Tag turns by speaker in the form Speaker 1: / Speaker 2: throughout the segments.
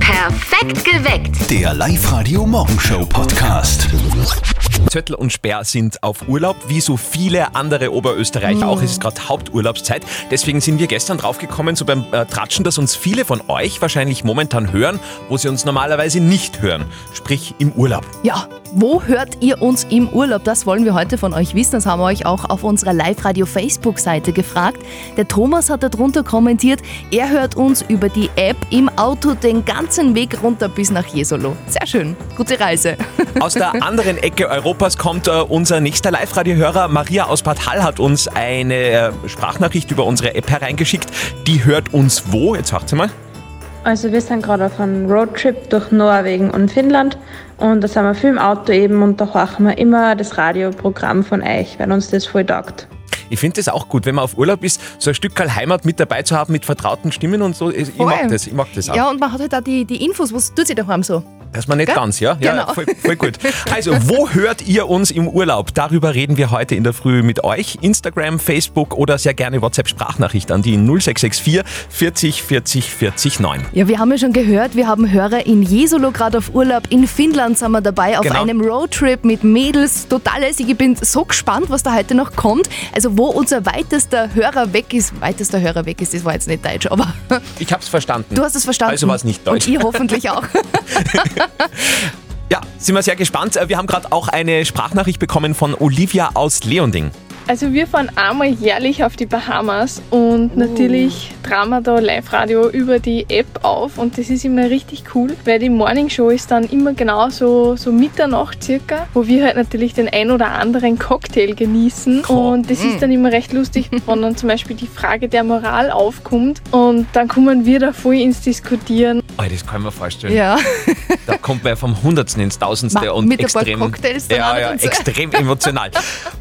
Speaker 1: Perfekt geweckt.
Speaker 2: Der Live-Radio-Morgenshow-Podcast.
Speaker 3: Zöttl und Sperr sind auf Urlaub, wie so viele andere Oberösterreicher
Speaker 4: Mhm.
Speaker 3: auch. Es ist gerade Haupturlaubszeit. Deswegen sind wir gestern draufgekommen, so beim äh, Tratschen, dass uns viele von euch wahrscheinlich momentan hören, wo sie uns normalerweise nicht hören. Sprich im Urlaub.
Speaker 4: Ja, wo hört ihr uns im Urlaub? Das wollen wir heute von euch wissen. Das haben wir euch auch auf unserer Live-Radio-Facebook-Seite gefragt. Der Thomas hat darunter kommentiert, er hört uns über die App im Auto den ganzen Weg runter bis nach Jesolo. Sehr schön, gute Reise.
Speaker 3: Aus der anderen Ecke Europas kommt äh, unser nächster Live-Radio-Hörer. Maria aus Bad Hall hat uns eine äh, Sprachnachricht über unsere App hereingeschickt. Die hört uns wo? Jetzt sagt sie mal.
Speaker 5: Also wir sind gerade auf einem Roadtrip durch Norwegen und Finnland und da sind wir viel im Auto eben und da horchen wir immer das Radioprogramm von euch, weil uns das voll taugt.
Speaker 3: Ich finde das auch gut, wenn man auf Urlaub ist, so ein Stück Karl Heimat mit dabei zu haben, mit vertrauten Stimmen und so. Ich ich mag
Speaker 4: Voll.
Speaker 3: das, ich mag das auch.
Speaker 4: Ja, und man hat halt da die, die Infos, was tut sie daheim so?
Speaker 3: Das man nicht ganz, ja? Ja,
Speaker 4: Genau.
Speaker 3: voll, voll gut. Also, wo hört ihr uns im Urlaub? Darüber reden wir heute in der Früh mit euch. Instagram, Facebook oder sehr gerne WhatsApp-Sprachnachricht an die 0664 40 40 40 9.
Speaker 4: Ja, wir haben ja schon gehört, wir haben Hörer in Jesolo gerade auf Urlaub, in Finnland sind wir dabei, auf
Speaker 3: Genau.
Speaker 4: einem Roadtrip mit Mädels. Total lässig, ich bin so gespannt, was da heute noch kommt. Also wo unser weitester Hörer weg ist, weitester Hörer weg ist, das war jetzt nicht deutsch, aber
Speaker 3: Ich hab's verstanden.
Speaker 4: du hast es verstanden.
Speaker 3: Also war es nicht deutsch.
Speaker 4: Und ihr hoffentlich auch.
Speaker 3: Ja, sind wir sehr gespannt. Äh, Wir haben gerade auch eine Sprachnachricht bekommen von Olivia aus Leonding.
Speaker 6: Also wir fahren einmal jährlich auf die Bahamas und natürlich tragen wir da Live-Radio über die App auf und das ist immer richtig cool, weil die Morning Show ist dann immer genau so, so Mitternacht circa, wo wir halt natürlich den ein oder anderen Cocktail genießen
Speaker 3: Cool.
Speaker 6: und das ist dann immer recht lustig, wenn dann zum Beispiel die Frage der Moral aufkommt und dann kommen wir da voll ins Diskutieren.
Speaker 3: Oh, das kann ich mir vorstellen.
Speaker 4: ja.
Speaker 3: Da kommt man ja vom Hundertsten ins
Speaker 4: Ma-
Speaker 3: Tausendste und
Speaker 4: mit ein paar
Speaker 3: extrem,
Speaker 4: Cocktails
Speaker 3: ja,
Speaker 4: danach
Speaker 3: ja,
Speaker 4: und so.
Speaker 3: extrem emotional.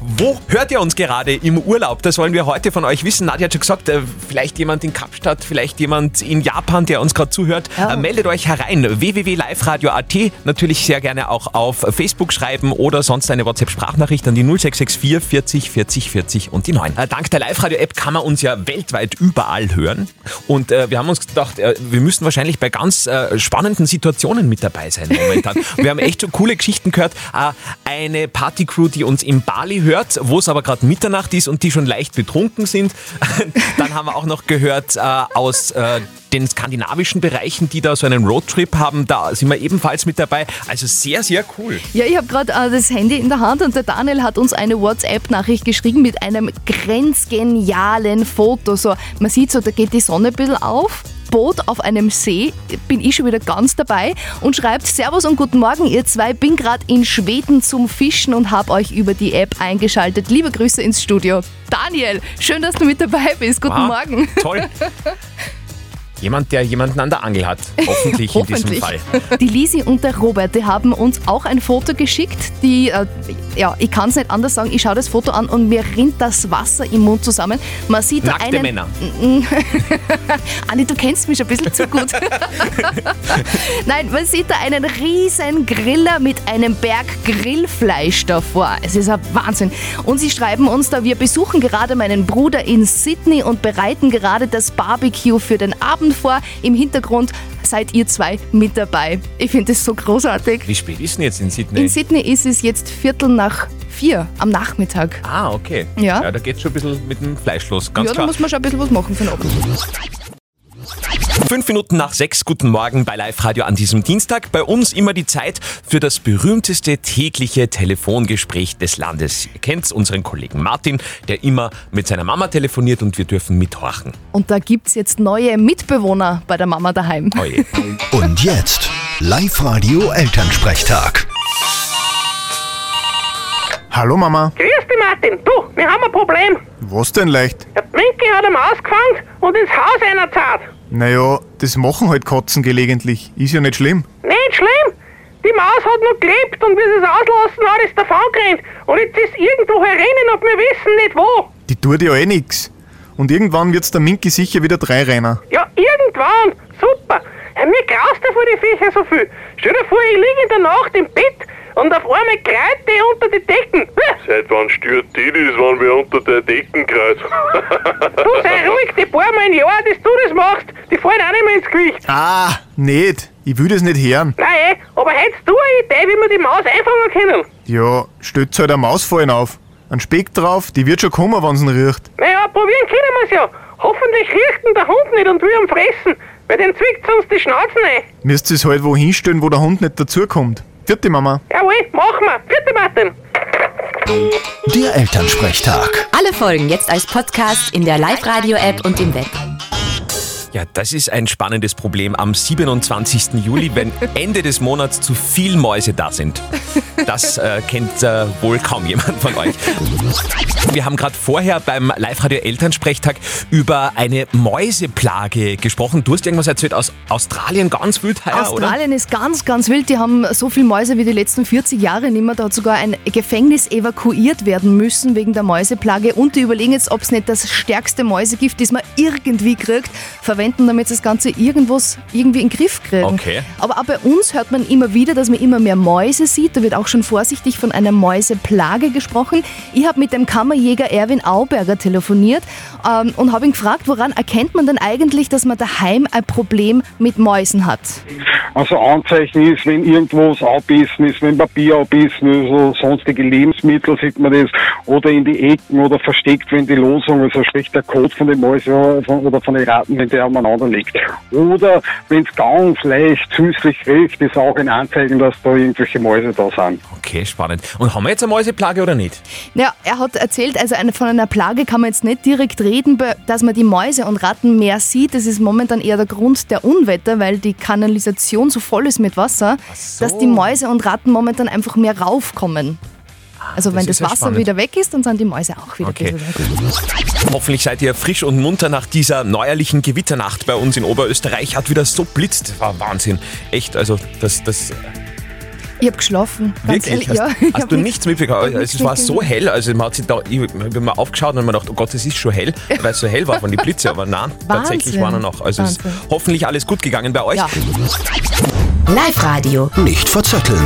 Speaker 3: Wo hört ihr uns gerade im Urlaub? Das wollen wir heute von euch wissen. Nadja hat schon gesagt, äh, vielleicht jemand in Kapstadt, vielleicht jemand in Japan, der uns gerade zuhört.
Speaker 4: Ja.
Speaker 3: Äh, Meldet euch herein, www.liveradio.at. Natürlich sehr gerne auch auf Facebook schreiben oder sonst eine WhatsApp-Sprachnachricht an die 0664 40 40 40 und die 9. Äh, Dank der Live-Radio-App kann man uns ja weltweit überall hören. Und äh, wir haben uns gedacht, äh, wir müssen wahrscheinlich bei ganz äh, spannenden Situationen mit dabei sein momentan. wir haben echt so coole Geschichten gehört. Äh, eine Partycrew, die uns in Bali hört, wo es aber gerade Mitternacht ist und die schon leicht betrunken sind. Dann haben wir auch noch gehört äh, aus äh, den skandinavischen Bereichen, die da so einen Roadtrip haben. Da sind wir ebenfalls mit dabei. Also sehr, sehr cool.
Speaker 4: Ja, ich habe gerade äh, das Handy in der Hand und der Daniel hat uns eine WhatsApp-Nachricht geschrieben mit einem grenzgenialen Foto. So, man sieht so, da geht die Sonne ein bisschen auf. Boot auf einem See, bin ich schon wieder ganz dabei und schreibt Servus und guten Morgen ihr zwei, bin gerade in Schweden zum Fischen und habe euch über die App eingeschaltet. Liebe Grüße ins Studio. Daniel, schön, dass du mit dabei bist. Guten
Speaker 3: Wow,
Speaker 4: Morgen.
Speaker 3: Toll. Jemand, der jemanden an der Angel hat. Hoffentlich, in diesem Fall.
Speaker 4: Die Lisi und der Robert, die haben uns auch ein Foto geschickt. Die, äh, ja, ich kann es nicht anders sagen. Ich schaue das Foto an und mir rinnt das Wasser im Mund zusammen. Man sieht da
Speaker 3: Nackte
Speaker 4: einen.
Speaker 3: Männer.
Speaker 4: Anni, du kennst mich ein bisschen zu gut. Nein, man sieht da einen riesen Griller mit einem Berg Grillfleisch davor. Es ist ein Wahnsinn. Und sie schreiben uns da, wir besuchen gerade meinen Bruder in Sydney und bereiten gerade das Barbecue für den Abend vor. Im Hintergrund seid ihr zwei mit dabei. Ich finde das so großartig.
Speaker 3: Wie spät ist denn jetzt in Sydney?
Speaker 4: In Sydney ist es jetzt Viertel nach vier am Nachmittag.
Speaker 3: ah, okay.
Speaker 4: Ja.
Speaker 3: da geht schon ein bisschen mit dem Fleisch los, ganz
Speaker 4: Ja, da
Speaker 3: klar.
Speaker 4: muss man schon ein bisschen was machen für den Abend.
Speaker 3: Fünf Minuten nach sechs, guten Morgen bei Live Radio an diesem Dienstag. Bei uns immer die Zeit für das berühmteste tägliche Telefongespräch des Landes. Ihr kennt unseren Kollegen Martin, der immer mit seiner Mama telefoniert und wir dürfen mithorchen.
Speaker 4: Und da gibt es jetzt neue Mitbewohner bei der Mama daheim.
Speaker 3: Oh je.
Speaker 2: Und jetzt Live-Radio Elternsprechtag.
Speaker 7: Hallo Mama,
Speaker 8: Grüß dich, Martin. Du, wir haben ein Problem.
Speaker 7: was denn leicht?
Speaker 8: Der Minky hat eine Maus gefangen und ins Haus einerzahlt.
Speaker 7: Naja, das machen halt Katzen gelegentlich, ist ja nicht schlimm.
Speaker 8: Nicht schlimm. Die Maus hat noch gelebt und wie sie es auslassen hat, ist davon gerannt. Und jetzt ist irgendwo herinnen und wir wissen nicht wo.
Speaker 7: Die tut ja eh nix. Und irgendwann wird's der Minki sicher wieder drei Renner.
Speaker 8: Ja, irgendwann. Super. Ja, mir graust ja vor die Viecher so viel. Stell dir vor, ich liege in der Nacht im Bett und auf einmal kreit die unter die Decken.
Speaker 1: Seit wann stört die das, wenn wir unter der Decken kreisen?
Speaker 8: Du sei ruhig, die paar Mal im Jahr, dass du das machst, die fallen auch nicht mehr ins Gewicht.
Speaker 7: Ah, nicht. Ich will das nicht hören.
Speaker 8: Nein, eh, aber hättest du eine Idee, wie wir die Maus einfangen können?
Speaker 7: Ja, stellt halt eine Mausfallen auf. Ein Speck drauf, die wird schon kommen, wenn's ihn riecht.
Speaker 8: Naja, probieren können wir's ja. Hoffentlich riecht ihn der Hund nicht und will ihn fressen, weil den zwickt sonst die Schnauzen ein.
Speaker 7: Müsst ihr es halt wo hinstellen, wo der Hund nicht dazukommt. Vierte Mama.
Speaker 8: Jawohl, machen wir. Vierte Martin.
Speaker 2: Der Elternsprechtag.
Speaker 9: Alle Folgen jetzt als Podcast in der Live-Radio-App und im Web.
Speaker 3: Ja, das ist ein spannendes Problem am 27. Juli, wenn Ende des Monats zu viel Mäuse da sind. Das äh, kennt äh, wohl kaum jemand von euch. Wir haben gerade vorher beim Live-Radio Elternsprechtag über eine Mäuseplage gesprochen. Du hast irgendwas erzählt aus Australien, ganz wild heuer, oder?
Speaker 4: Australien ist ganz, ganz wild. Die haben so viele Mäuse wie die letzten 40 Jahre nicht mehr. Da hat sogar ein Gefängnis evakuiert werden müssen wegen der Mäuseplage. Und die überlegen jetzt, ob es nicht das stärkste Mäusegift, das man irgendwie kriegt, verwenden, damit sie das Ganze irgendwas irgendwie in den Griff kriegen.
Speaker 3: Okay.
Speaker 4: Aber auch bei uns hört man immer wieder, dass man immer mehr Mäuse sieht. Da wird auch schon vorsichtig von einer Mäuseplage gesprochen. Ich habe mit dem Kammerjäger Erwin Auberger telefoniert ähm, und habe ihn gefragt, woran erkennt man denn eigentlich, dass man daheim ein Problem mit Mäusen hat?
Speaker 10: Also Anzeichen ist, wenn irgendwas abbissen ist, wenn Papier abbissen ist oder sonstige Lebensmittel, sieht man das, oder in die Ecken oder versteckt, wenn die Losung, also sprich der Kot von den Mäusen oder von- oder von den Ratten, wenn der umeinander liegt. Oder wenn es ganz leicht süßlich riecht, ist auch ein Anzeichen, dass da irgendwelche Mäuse da sind.
Speaker 3: Okay, spannend. Und haben wir jetzt eine Mäuseplage oder nicht?
Speaker 4: Ja, er hat erzählt, also eine, von einer Plage kann man jetzt nicht direkt reden, be- dass man die Mäuse und Ratten mehr sieht. Das ist momentan eher der Grund der Unwetter, weil die Kanalisation so voll ist mit Wasser,
Speaker 3: so.
Speaker 4: dass die Mäuse und Ratten momentan einfach mehr raufkommen. Also wenn
Speaker 3: Ah, das
Speaker 4: das,
Speaker 3: ist ja
Speaker 4: Wasser
Speaker 3: spannend.
Speaker 4: wieder weg ist, dann sind die Mäuse auch wieder
Speaker 3: Okay.
Speaker 4: ein bisschen weg.
Speaker 3: Hoffentlich seid ihr frisch und munter nach dieser neuerlichen Gewitternacht bei uns in Oberösterreich. Hat wieder so blitzt. War Wahnsinn. Echt, also das, das
Speaker 4: Ich habe geschlafen, ganz
Speaker 3: wirklich.
Speaker 4: ehrlich.
Speaker 3: hast
Speaker 4: ja, ich
Speaker 3: hast
Speaker 4: hab
Speaker 3: du
Speaker 4: nicht-
Speaker 3: nichts mitbekommen?
Speaker 4: hab
Speaker 3: Also,
Speaker 4: nichts
Speaker 3: es war so hell. Also man hat sich da, ich, ich bin mal aufgeschaut und hab mir gedacht, oh Gott, es ist schon hell, weil es so hell war von den Blitze. Aber nein, tatsächlich
Speaker 4: Wahnsinn.
Speaker 3: waren er noch. Also es ist
Speaker 4: Wahnsinn.
Speaker 3: hoffentlich alles gut gegangen bei euch.
Speaker 4: Ja.
Speaker 9: Live-Radio.
Speaker 2: Nicht verzetteln.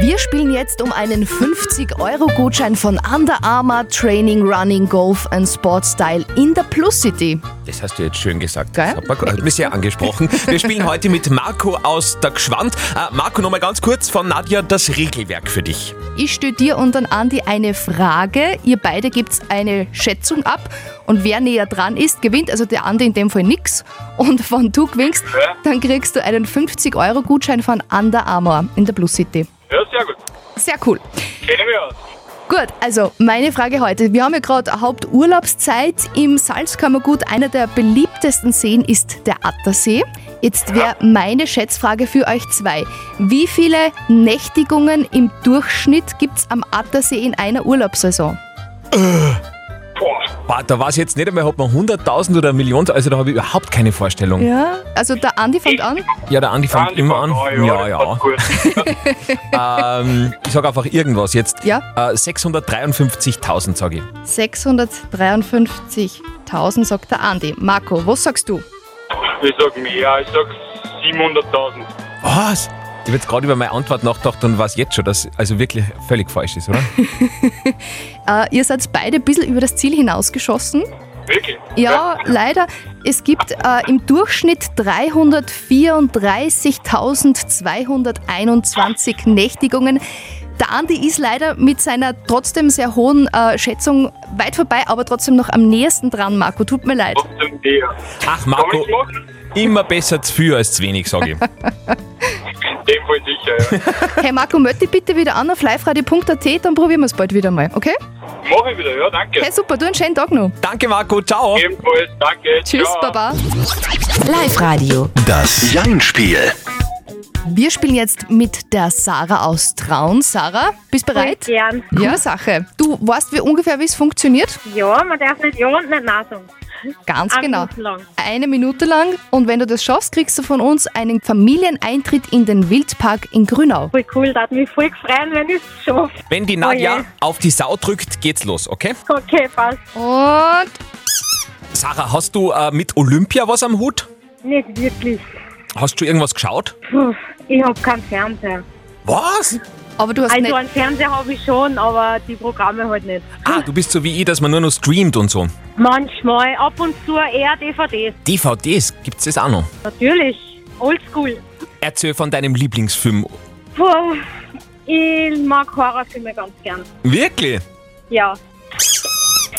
Speaker 4: Wir spielen jetzt um einen 50-Euro-Gutschein von Under Armour Training Running Golf and Sport Style in der Plus City.
Speaker 3: Das hast du jetzt schön gesagt.
Speaker 4: Geil?
Speaker 3: Das hat man- hat mich sehr angesprochen. Wir spielen heute mit Marco aus der Gschwand. Äh, Marco, nochmal ganz kurz von Nadja das Regelwerk für dich.
Speaker 4: Ich stelle dir und dann Andi eine Frage. Ihr beide gebt eine Schätzung ab. Und wer näher dran ist, gewinnt. Also der Andi in dem Fall nix. Und wenn du gewinnst, dann kriegst du einen 50-Euro-Gutschein von Under Armour in der Plus City.
Speaker 1: Ja, sehr gut.
Speaker 4: Sehr cool.
Speaker 1: Kenne mich aus.
Speaker 4: Gut, also meine Frage heute. Wir haben ja gerade Haupturlaubszeit im Salzkammergut. Einer der beliebtesten Seen ist der Attersee. Jetzt wäre meine Schätzfrage für euch zwei. Wie viele Nächtigungen im Durchschnitt gibt es am Attersee in einer Urlaubssaison?
Speaker 3: Boah, da war es jetzt nicht einmal, ob man 100.000 oder eine Million, also da habe ich überhaupt keine Vorstellung. Ja,
Speaker 4: Also der Andi fängt an.
Speaker 3: der Andi fängt immer an. ja, ja.
Speaker 1: Gut.
Speaker 3: Ähm, ich sage einfach irgendwas jetzt.
Speaker 4: Ja.
Speaker 3: Äh, 653.000 sage ich.
Speaker 4: 653.000 sagt der Andi. Marco, was sagst du?
Speaker 1: Ich sag mehr, ich sag 700.000.
Speaker 3: Was? Ich habe jetzt gerade über meine Antwort nachgedacht und weiß jetzt schon, dass also wirklich völlig falsch ist, oder?
Speaker 4: Äh, ihr seid beide ein bisschen über das Ziel hinausgeschossen.
Speaker 1: Wirklich?
Speaker 4: Ja, leider. Es gibt äh, im Durchschnitt 334.221 Nächtigungen. Der Andi ist leider mit seiner trotzdem sehr hohen äh, Schätzung weit vorbei, aber trotzdem noch am nächsten dran, Marco. Tut mir leid.
Speaker 1: Trotzdem der.
Speaker 3: Ach,
Speaker 1: Kann
Speaker 3: Marco,
Speaker 1: ich machen?
Speaker 3: immer besser zu viel als zu wenig, sage ich.
Speaker 1: In dem Fall sicher, ja.
Speaker 4: Hey Marco, melde dich bitte wieder an auf liveradio.at, dann probieren wir es bald wieder mal, okay?
Speaker 1: Mach ich wieder, ja, danke.
Speaker 4: Hey, super, du einen schönen Tag noch.
Speaker 3: Danke, Marco, ciao.
Speaker 1: Ebenfalls, danke.
Speaker 4: Tschüss,
Speaker 1: ciao.
Speaker 4: Baba.
Speaker 9: Live-Radio.
Speaker 2: Das Jein-Spiel.
Speaker 4: Wir spielen jetzt mit der Sarah aus Traun. Sarah, bist bereit?
Speaker 5: Gern.
Speaker 4: Ja, Sache. Du weißt wie ungefähr, wie es funktioniert?
Speaker 5: Ja, man darf nicht Ja und nicht Nein sagen.
Speaker 4: Ganz
Speaker 5: Eine
Speaker 4: genau.
Speaker 5: Minute lang.
Speaker 4: Eine Minute lang. Und wenn du das schaffst, kriegst du von uns einen Familieneintritt in den Wildpark in Grünau.
Speaker 5: Voll cool, da hat mich voll gefreut, wenn ich es schaffe.
Speaker 3: Wenn die Nadja
Speaker 5: Oh je.
Speaker 3: auf die Sau drückt, geht's los, okay?
Speaker 5: Okay, passt.
Speaker 4: Und
Speaker 3: Sarah, hast du äh, mit Olympia was am Hut?
Speaker 5: Nicht wirklich.
Speaker 3: Hast du irgendwas geschaut?
Speaker 5: Puh, ich hab keinen Fernseher.
Speaker 3: Was?
Speaker 4: Aber du hast
Speaker 11: Also
Speaker 4: nicht.
Speaker 11: einen Fernseher habe ich schon, aber die Programme halt nicht.
Speaker 3: Ah, du bist so wie ich, dass man nur noch streamt und so.
Speaker 11: Manchmal, ab und zu eher DVDs.
Speaker 3: DVDs, gibt's das auch noch?
Speaker 11: Natürlich, oldschool.
Speaker 3: Erzähl von deinem Lieblingsfilm.
Speaker 11: Puh, ich mag Horrorfilme ganz gern.
Speaker 3: Wirklich?
Speaker 11: Ja.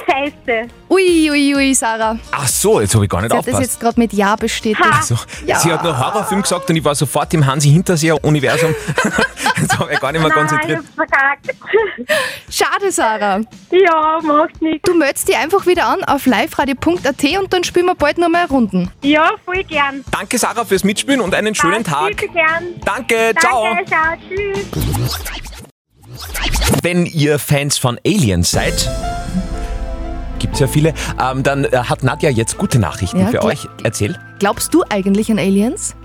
Speaker 11: Scheiße.
Speaker 4: Ui, ui, ui, Sarah.
Speaker 3: Ach so, jetzt habe ich gar nicht
Speaker 4: Sie hat das
Speaker 3: aufgepasst.
Speaker 4: jetzt gerade mit Ja bestätigt.
Speaker 3: Ach so, Also, Sie hat nur Horrorfilm gesagt und ich war sofort im Hansi Hinterseher Universum. jetzt habe ich gar nicht mehr konzentriert.
Speaker 11: verkackt.
Speaker 4: Schade, Sarah.
Speaker 11: Ja, macht nichts.
Speaker 4: Du meldest dich einfach wieder an auf liveradio.at und dann spielen wir bald nochmal Runden.
Speaker 11: Ja, voll gern.
Speaker 3: Danke Sarah fürs Mitspielen und einen schönen Tag.
Speaker 11: Bitte gern.
Speaker 3: Danke, ciao.
Speaker 11: Danke, ciao, tschüss.
Speaker 3: Wenn ihr Fans von Aliens seid, gibt's ja viele, ähm, dann äh, hat Nadja jetzt gute Nachrichten
Speaker 4: Ja,
Speaker 3: für
Speaker 4: gl-
Speaker 3: euch. Erzähl.
Speaker 4: Glaubst du eigentlich an Aliens?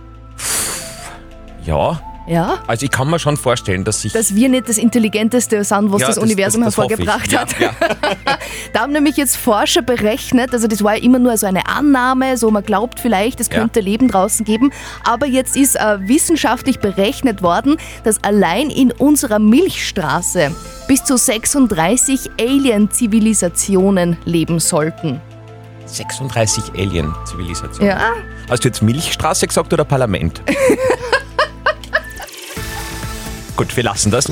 Speaker 3: Ja,
Speaker 4: Ja?
Speaker 3: also ich kann mir schon vorstellen, dass sich...
Speaker 4: Dass wir nicht das Intelligenteste sind, was
Speaker 3: ja,
Speaker 4: das, Universum
Speaker 3: das hoffe ich.
Speaker 4: hervorgebracht hat.
Speaker 3: Ja, ja.
Speaker 4: Da haben nämlich jetzt Forscher berechnet, also das war ja immer nur so eine Annahme, so man glaubt vielleicht, es
Speaker 3: Ja.
Speaker 4: könnte Leben draußen geben, aber jetzt ist äh, wissenschaftlich berechnet worden, dass allein in unserer Milchstraße bis zu 36 Alien-Zivilisationen leben sollten.
Speaker 3: 36 Alien-Zivilisationen.
Speaker 4: Ja,
Speaker 3: Hast du jetzt Milchstraße gesagt oder Parlament? Gut, wir lassen das.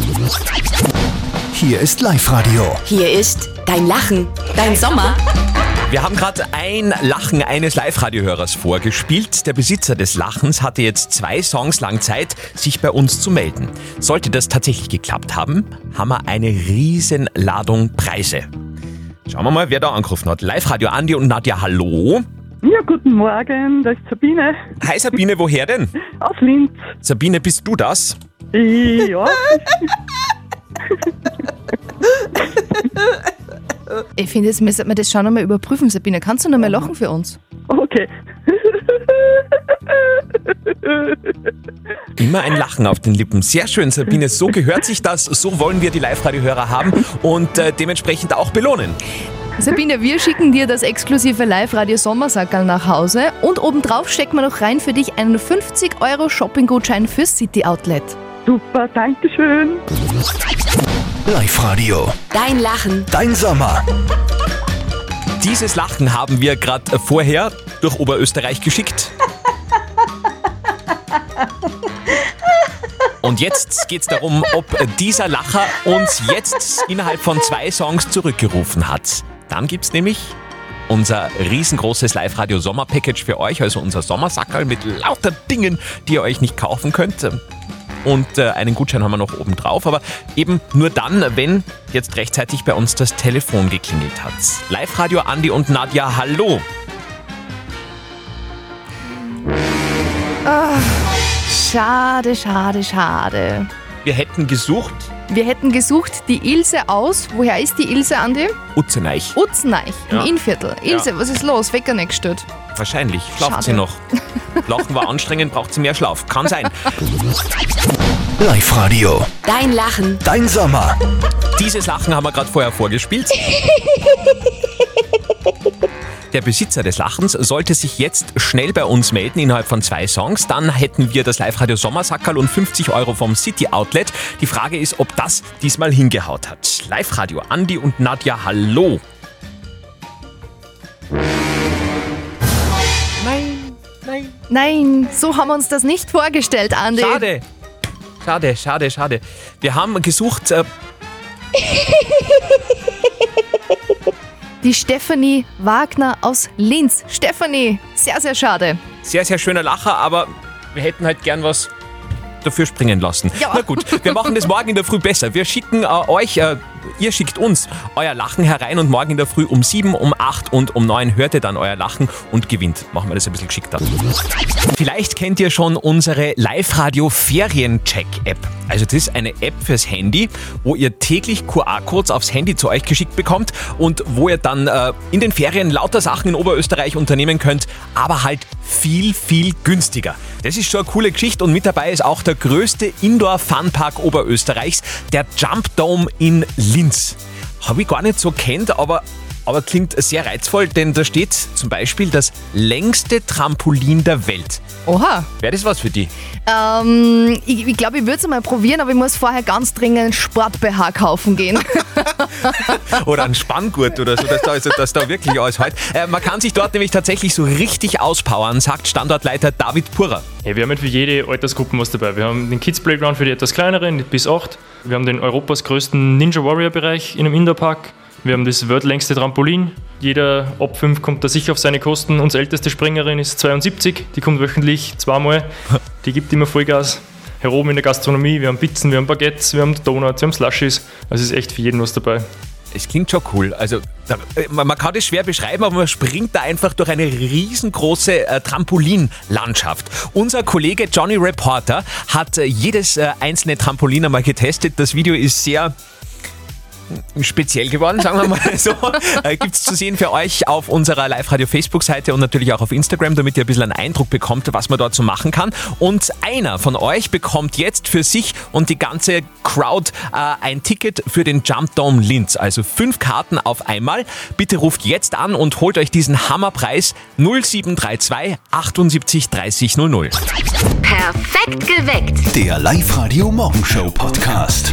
Speaker 2: Hier ist Live-Radio.
Speaker 9: Hier ist dein Lachen, dein Sommer.
Speaker 3: Wir haben gerade ein Lachen eines Live-Radiohörers vorgespielt. Der Besitzer des Lachens hatte jetzt zwei Songs lang Zeit, sich bei uns zu melden. Sollte das tatsächlich geklappt haben, haben wir eine riesen Ladung Preise. Schauen wir mal, wer da angerufen hat. Live-Radio Andi und Nadja, hallo.
Speaker 12: Ja, guten Morgen, da ist Sabine
Speaker 3: Hi Sabine, woher denn?
Speaker 12: aus Linz.
Speaker 3: Sabine, bist du das?
Speaker 12: Ja,
Speaker 4: ich finde, jetzt müsste man das schon einmal überprüfen, Sabine. Kannst du noch mal lachen für uns?
Speaker 12: okay.
Speaker 3: Immer ein Lachen auf den Lippen. Sehr schön, Sabine. So gehört sich das. So wollen wir die Live-Radio-Hörer haben und äh, dementsprechend auch belohnen.
Speaker 4: Sabine, wir schicken dir das exklusive Live-Radio-Sommersackerl nach Hause und obendrauf stecken wir noch rein für dich einen 50-Euro-Shopping-Gutschein fürs City Outlet.
Speaker 12: Super, danke schön.
Speaker 2: Live-Radio.
Speaker 9: Dein Lachen.
Speaker 2: Dein Sommer.
Speaker 3: Dieses Lachen haben wir gerade vorher durch Oberösterreich geschickt. Und jetzt geht es darum, ob dieser Lacher uns jetzt innerhalb von zwei Songs zurückgerufen hat. Dann gibt es nämlich unser riesengroßes Live-Radio-Sommer-Package für euch, also unser Sommersackerl mit lauter Dingen, die ihr euch nicht kaufen könnt. Und äh, einen Gutschein haben wir noch oben drauf, aber eben nur dann, wenn jetzt rechtzeitig bei uns das Telefon geklingelt hat. Live-Radio Andi und Nadja, hallo!
Speaker 4: Schade, schade, schade.
Speaker 3: Wir hätten gesucht
Speaker 4: Wir hätten gesucht die Ilse aus. Woher ist die Ilse, Andi?
Speaker 3: Utzeneich.
Speaker 4: Utzeneich,
Speaker 3: Ja.
Speaker 4: im Innviertel. Ilse,
Speaker 3: Ja.
Speaker 4: was ist los? Wecker nicht gestört.
Speaker 3: Wahrscheinlich. Schlaft
Speaker 4: Schade.
Speaker 3: sie noch. Lachen war anstrengend, braucht sie mehr Schlaf. Kann sein.
Speaker 2: Live-Radio.
Speaker 9: Dein Lachen.
Speaker 2: Dein Sommer.
Speaker 3: Dieses Lachen haben wir gerade vorher vorgespielt. Der Besitzer des Lachens sollte sich jetzt schnell bei uns melden, innerhalb von zwei Songs. Dann hätten wir das Live-Radio Sommersackerl und 50 Euro vom City Outlet. Die Frage ist, ob das diesmal hingehaut hat. Live-Radio Andi und Nadja, hallo.
Speaker 4: Nein, nein. Nein, so haben wir uns das nicht vorgestellt, Andi.
Speaker 3: Schade. Schade, schade, schade. Wir haben gesucht, äh,
Speaker 4: Die Stefanie Wagner aus Linz. Stefanie, sehr, sehr schade.
Speaker 3: sehr, sehr schöner Lacher, aber wir hätten halt gern was dafür springen lassen.
Speaker 4: Ja.
Speaker 3: Na gut, wir machen das morgen in der Früh besser. Wir schicken äh, euch, äh, ihr schickt uns euer Lachen herein und morgen in der Früh um 7, um 8 und um 9 hört ihr dann euer Lachen und gewinnt. Machen wir das ein bisschen geschickter. Vielleicht kennt ihr schon unsere Live-Radio-Ferien-Check-App. Also das ist eine App fürs Handy, wo ihr täglich QR-Codes aufs Handy zu euch geschickt bekommt und wo ihr dann äh, in den Ferien lauter Sachen in Oberösterreich unternehmen könnt, aber halt viel, viel günstiger. Das ist schon eine coole Geschichte und mit dabei ist auch der größte Indoor-Funpark Oberösterreichs, der Jump Dome in Linz. Habe ich gar nicht so kennt, aber aber klingt sehr reizvoll, denn da steht zum Beispiel das längste Trampolin der Welt.
Speaker 4: Oha.
Speaker 3: Wäre das was für die?
Speaker 4: Ähm, ich glaube, ich, glaub, ich würde es mal probieren, aber ich muss vorher ganz dringend Sport-BH kaufen gehen.
Speaker 3: Oder ein Spanngurt oder so, dass da, also, dass da wirklich alles halt. Äh, man kann sich dort nämlich tatsächlich so richtig auspowern, sagt Standortleiter David Purer.
Speaker 13: Hey, wir haben halt für jede Altersgruppe was dabei. Wir haben den Kids Playground für die etwas kleineren bis 8. Wir haben den Europas größten Ninja Warrior Bereich in einem Indoor-Park. Wir haben das weltlängste Trampolin. Jeder ab 5 kommt da sicher auf seine Kosten. Unsere älteste Springerin ist 72, die kommt wöchentlich zweimal. Die gibt immer Vollgas. Hier oben in der Gastronomie, wir haben Pizzen, wir haben Baguettes, wir haben Donuts, wir haben Slushies. Also ist echt für jeden was dabei.
Speaker 3: Es klingt schon cool. Also da, äh, man man kann das schwer beschreiben, aber man springt da einfach durch eine riesengroße äh, Trampolinlandschaft. Unser Kollege Johnny Reporter hat äh, jedes äh, einzelne Trampolin einmal getestet. Das Video ist sehr speziell geworden, sagen wir mal so. äh, Gibt es zu sehen für euch auf unserer Live-Radio-Facebook-Seite und natürlich auch auf Instagram, damit ihr ein bisschen einen Eindruck bekommt, was man dort so machen kann. Und einer von euch bekommt jetzt für sich und die ganze Crowd äh, ein Ticket für den Jump Dome Linz. Also fünf Karten auf einmal. Bitte ruft jetzt an und holt euch diesen Hammerpreis 0732 78 30 00.
Speaker 9: Perfekt geweckt.
Speaker 2: Der Live-Radio Morgenshow Podcast.